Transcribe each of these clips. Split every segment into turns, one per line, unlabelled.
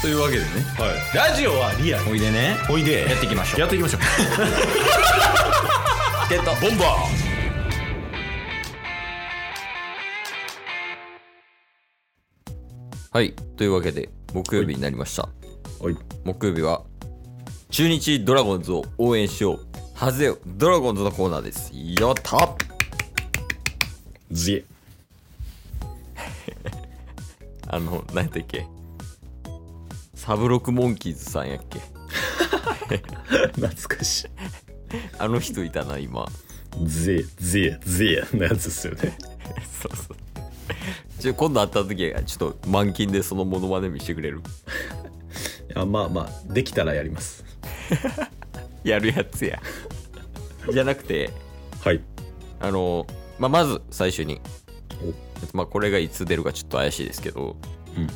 というわけでね
はい、ラジオはリアル
おいでね
おいで
やっていきましょう
やっていきましょう
ってた
ボンバ
はいというわけで木曜日になりました
ーはい
木曜日は中日ドラゴンズを応援しようハゼよドラゴンズのコーナーですやった
ずえ
あの何やったっけサブロクモンキーズさんやっけ
懐かし
あの人いたな今
いずえずえずえのやつですよね
そうそうちょ今度会った時はちょっと満勤でそのモノマネ見してくれる
いやまあまあできたらやります
やるやつやじゃなくて
はい
あの、まあ、まず最初に
お、
まあ、これがいつ出るかちょっと怪しいですけど、
うん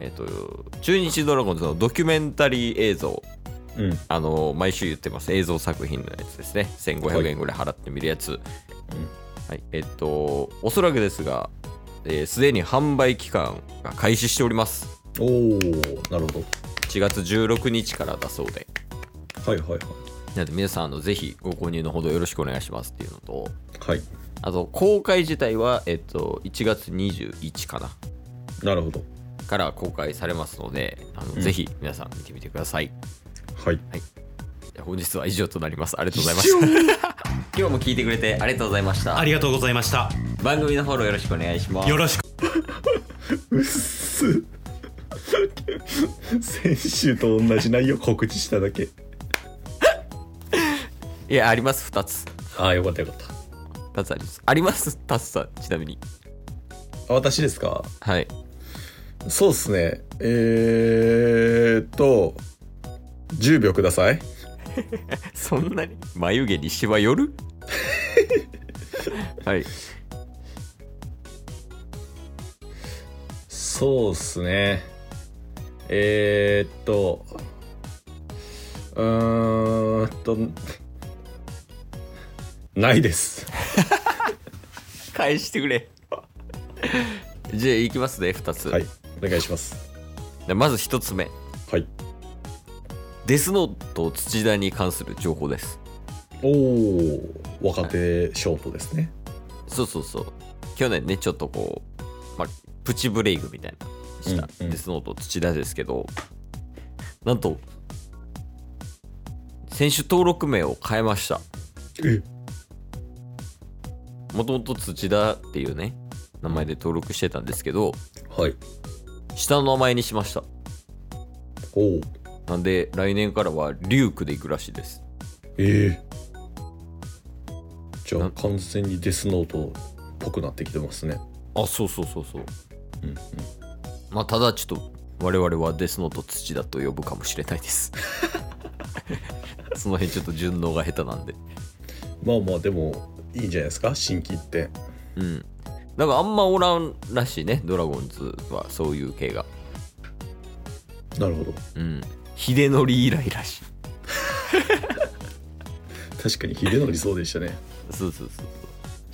えっと、中日ドラゴンズのドキュメンタリー映像、
うん
あの、毎週言ってます映像作品のやつですね。1500円ぐらい払ってみるやつ。はい、えっと、おそらくですが、す、えー、で、に販売期間が開始しております。
おおなるほど
1月16日からだそうで。
はいはいはい
なので皆さんあのぜひご購入のほどよろしくお願いしますっていうのと
はい
あと公開自体は、えっと、1月21かな
なるほど
から公開されますのであの、
うん
ぜひ皆さん見てみてください
はい
本日は以上となりますありがとうございました 今日も聞いてくれてありがとうございました
ありがとうございました。
番組のフォローよろしくお願いします
よろしく。
うっす先週と同じ内容告知しただけ
いやあります2つ
ああよかったよかった
2つありますありますタスさんちなみに
あ私ですか
はい
そうっすねえーっと10秒ください
そんなに眉毛にしわ寄るはい
そうっすねえーっとうーんとないです
返してくれじゃあいきますね2つ、
はいお願いします
でまず1つ目
はい
デスノート土田に関する情報です
おお若手ショートですね
そうそうそう去年ねちょっとこう、まあ、プチブレイクみたいなした、
うんうん
デスノート土田ですけどなんと選手登録名を変えました
え
もともと土田っていうね名前で登録してたんですけど
はい
下の名前にしました
おお
なんで来年からはリュークで行くらしいです
ええじゃ
な
あ完全にデスノートっぽくなってきてますね
あそうそうそうそう
うんうん
まあただちょっと我々はデスノート土田と呼ぶかもしれないです その辺ちょっと順応が下手なんで
まあまあでもいいんじゃないですか新規って
うんなんかあんまおらんらしいねドラゴンズはそういう系が
なるほど
うん秀則以来らしい
確かに秀則そうでしたね
そうそうそうそう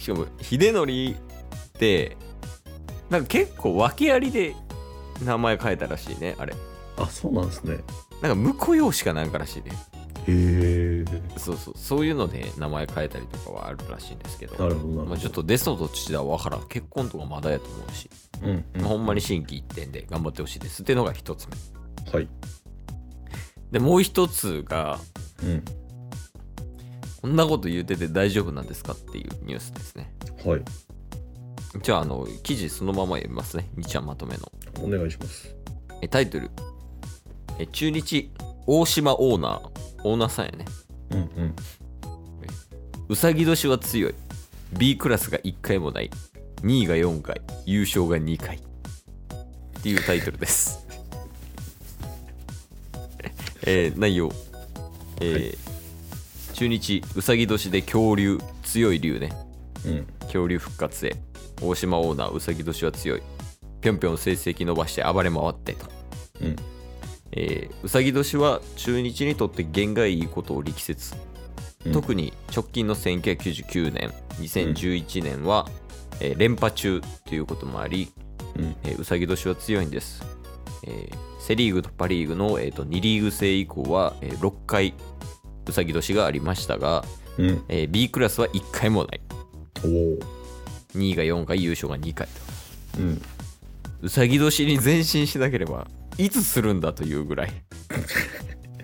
しかも秀則ってなんか結構訳ありで名前変えたらしいねあれ
あそうなんですね
なんか婿養子かなんからしいね
へえ
そうそうそういうので名前変えたりとかはあるらしいんですけど
なるほどなるほど
まあ、ちょっとデスノと父だは分からん結婚とかまだやと思うし、
うん、うん、
まあほ
は
んまに心機一転で頑張ってほしいですっていうのが一つ目
い
でもう一つが
うん
こんなこと言うてて大丈夫なんですかっていうニュースですね
はい
じゃああの記事そのまま読みますね2ちゃんまとめの
お願いします
えタイトルえ中日大島オーナーオーナーさんやね
うんうん
うさぎ年は強い B クラスが1回もない2位が4回優勝が2回っていうタイトルです えー内容、えー中日うさぎ年で恐竜強い竜ね
うん
恐竜復活へ大島オーナーうさぎ年は強いぴょんぴょん成績伸ばして暴れ回ってと、
うん
えーうさぎ年は中日にとって限がいいことを力説
うん
特に直近の1999年2011年は、えー連覇中ということもあり、
うん
えーうさぎ年は強いんです、ええーセ・リーグとパ・リーグの、えー、と2リーグ制以降は、えー6回うさぎ年がありましたが、
うん。
えー B クラスは1回もない
おお。
2位が4回優勝が2回と
うん。
うさぎ年に前進しなければいつするんだというぐらい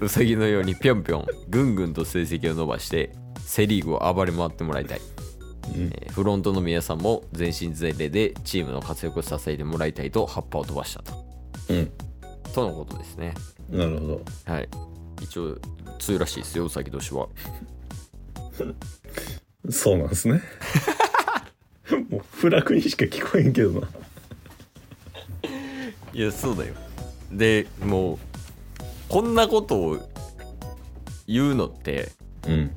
うさぎのようにぴょんぴょんぐんぐんと成績を伸ばしてセ・リーグを暴れ回ってもらいたい、
うん。
えーフロントの皆さんも全身全霊でチームの活躍を支えてもらいたいと葉っぱを飛ばしたととのことですね
うん。なるほど。
はい一応強いらしいですようさぎ年は
そうなんですね。 もう、フラグにしか聞こえんけどな。
いやそうだよでもうこんなことを言うのって
うん。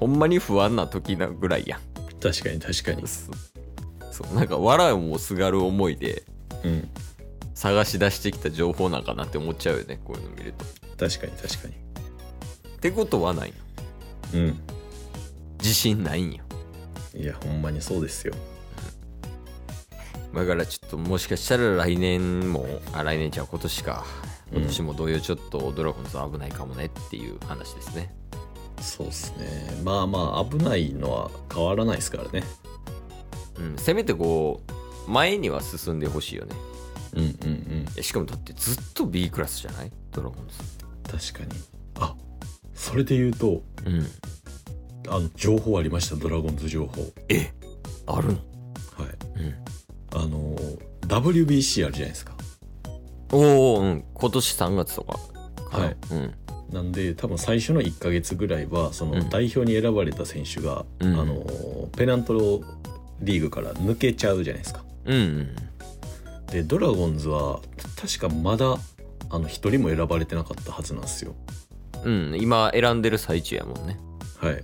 ほんまに不安な時なぐらいやん
確かに確かに。
そうそうなんか笑いもすがる思いで
うん。
探し出してきた情報なんかなって思っちゃうよねこういうの見ると。
確かに確か
ってことはないの
に。うん。
自信ないんよ
いや、ほんまにそうですよ。
だからちょっともしかしたら来年もあ来年じゃう今年か
うん
今年も同様ちょっとドラゴンズ危ないかもねっていう話ですね、
そうですね。まあまあ、危ないのは変わらないですからね。
うん、せめてこう前には進んでほしいよね
うんうんうん。
えしかもだってずっと B クラスじゃないドラゴン
確かに。あ、それで言うと、
ズうん
あの、情報ありました。ドラゴンズ情報。
えあるの
はい。
うん
あの、WBC あるじゃないですか。
おおうん今年3月とかかな
はい
うん
なんで多分最初の1か月ぐらいはそ
うん
の代表に選ばれた選手が、
うん
あのペナントリーグから抜けちゃうじゃないですか。
うんうん
でドラゴンズは確かまだあの1人も選ばれてなかったはずなんですよ。
うん、今選んでる最中やもんね。
はい、
うん。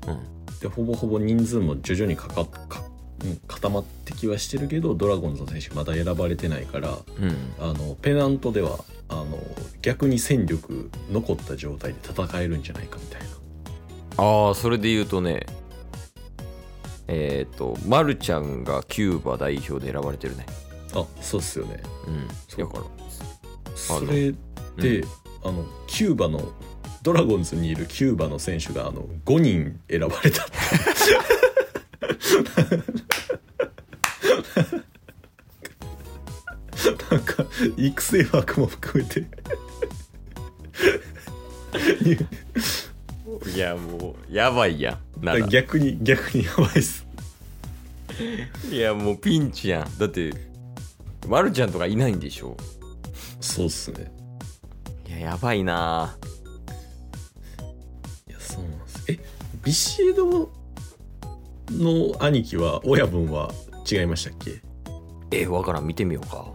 でほぼほぼ人数も徐々にかかか、うん、固まってきはしてるけどドラゴンズの選手まだ選ばれてないから
うん。
あのペナントではあの逆に戦力残った状態で戦えるんじゃないかみたいな。
ああ、それで言うとね、えっ、と、まるちゃんがキューバ代表で選ばれてるね。
あそうっすよね。
うん。
そう
だから、
それで、あのキューバのドラゴンズにいるキューバの選手があの5人選ばれた ってなんか育成枠も含めて
いや、もう、やばいやん。なら。
逆に逆にやばいです
いや、もうピンチやん。だって、まるちゃんとかいないんでしょ。
そうっすね
いや、やばいない
やそうなんですえビシエドの兄貴は親分は違いましたっけ
え、わからん。見てみようか。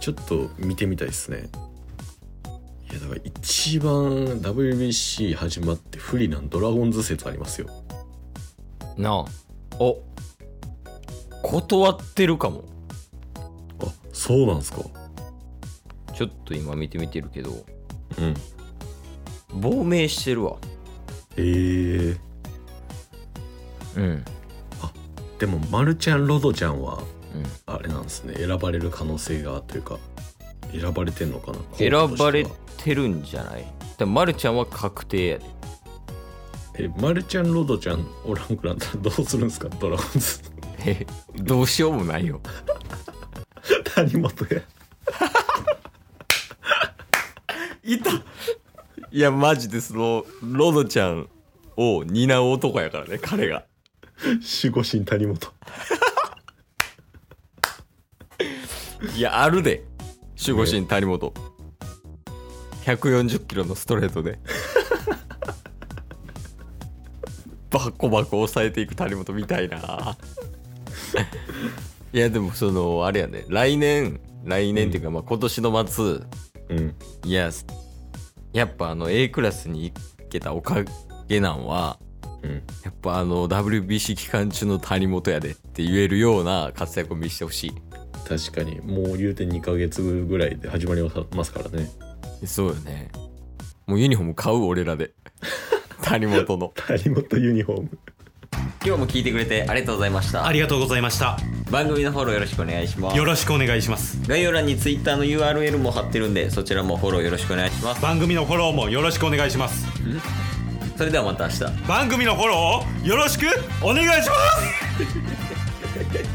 ちょっと見てみたいですねいやだから一番 WBC 始まって不利なんドラゴンズ説ありますよ
なあ。お断ってるかも。
あそうなんですか
ちょっと今見てみてるけど、
うん
亡命してるわ。
えー、
うん。
でもマルちゃんロドちゃんは
うん
あれなんですね選ばれる可能性がというか選ばれてんのかな
選ばれ
候補として
てるんじゃないでも、ま、るちゃんは確定やで。
はえマルちゃんロドちゃんおらんくなったらどうするんですかドラゴンズ
え、 どうしようもないよ。
谷本や
いたいや、マジでその、ロドちゃんを担う男やからね、彼が。
守護神谷本
いや、あるで。守護神谷本。140キロのストレー トで。バコバコ抑えていく谷本みたいな。いや、でもその、あれやね、来年、来年っていうか、まあ今年の末、
うん
いや、すやっぱあの A クラスに行けたおかげなんは、
うん
やっぱあの WBC 期間中の谷本やでって言えるような活躍を見せてほし
確かにもう言うて2ヶ月ぐらいで始まりますからね
い。そうよね。もうユニフォーム買う俺ら で。谷本の。
谷本ユニフォーム
今日も聞いてくれてありがとうございました。
ありがとうございました
番組のフォローよろしくお願いします
よろしくお願いします
概要欄に Twitter の URL も貼ってるんでそちらもフォローよろしくお願いします
番組のフォローもよろしくお願いします
それではまた明日
番組のフォローをよろしくお願いします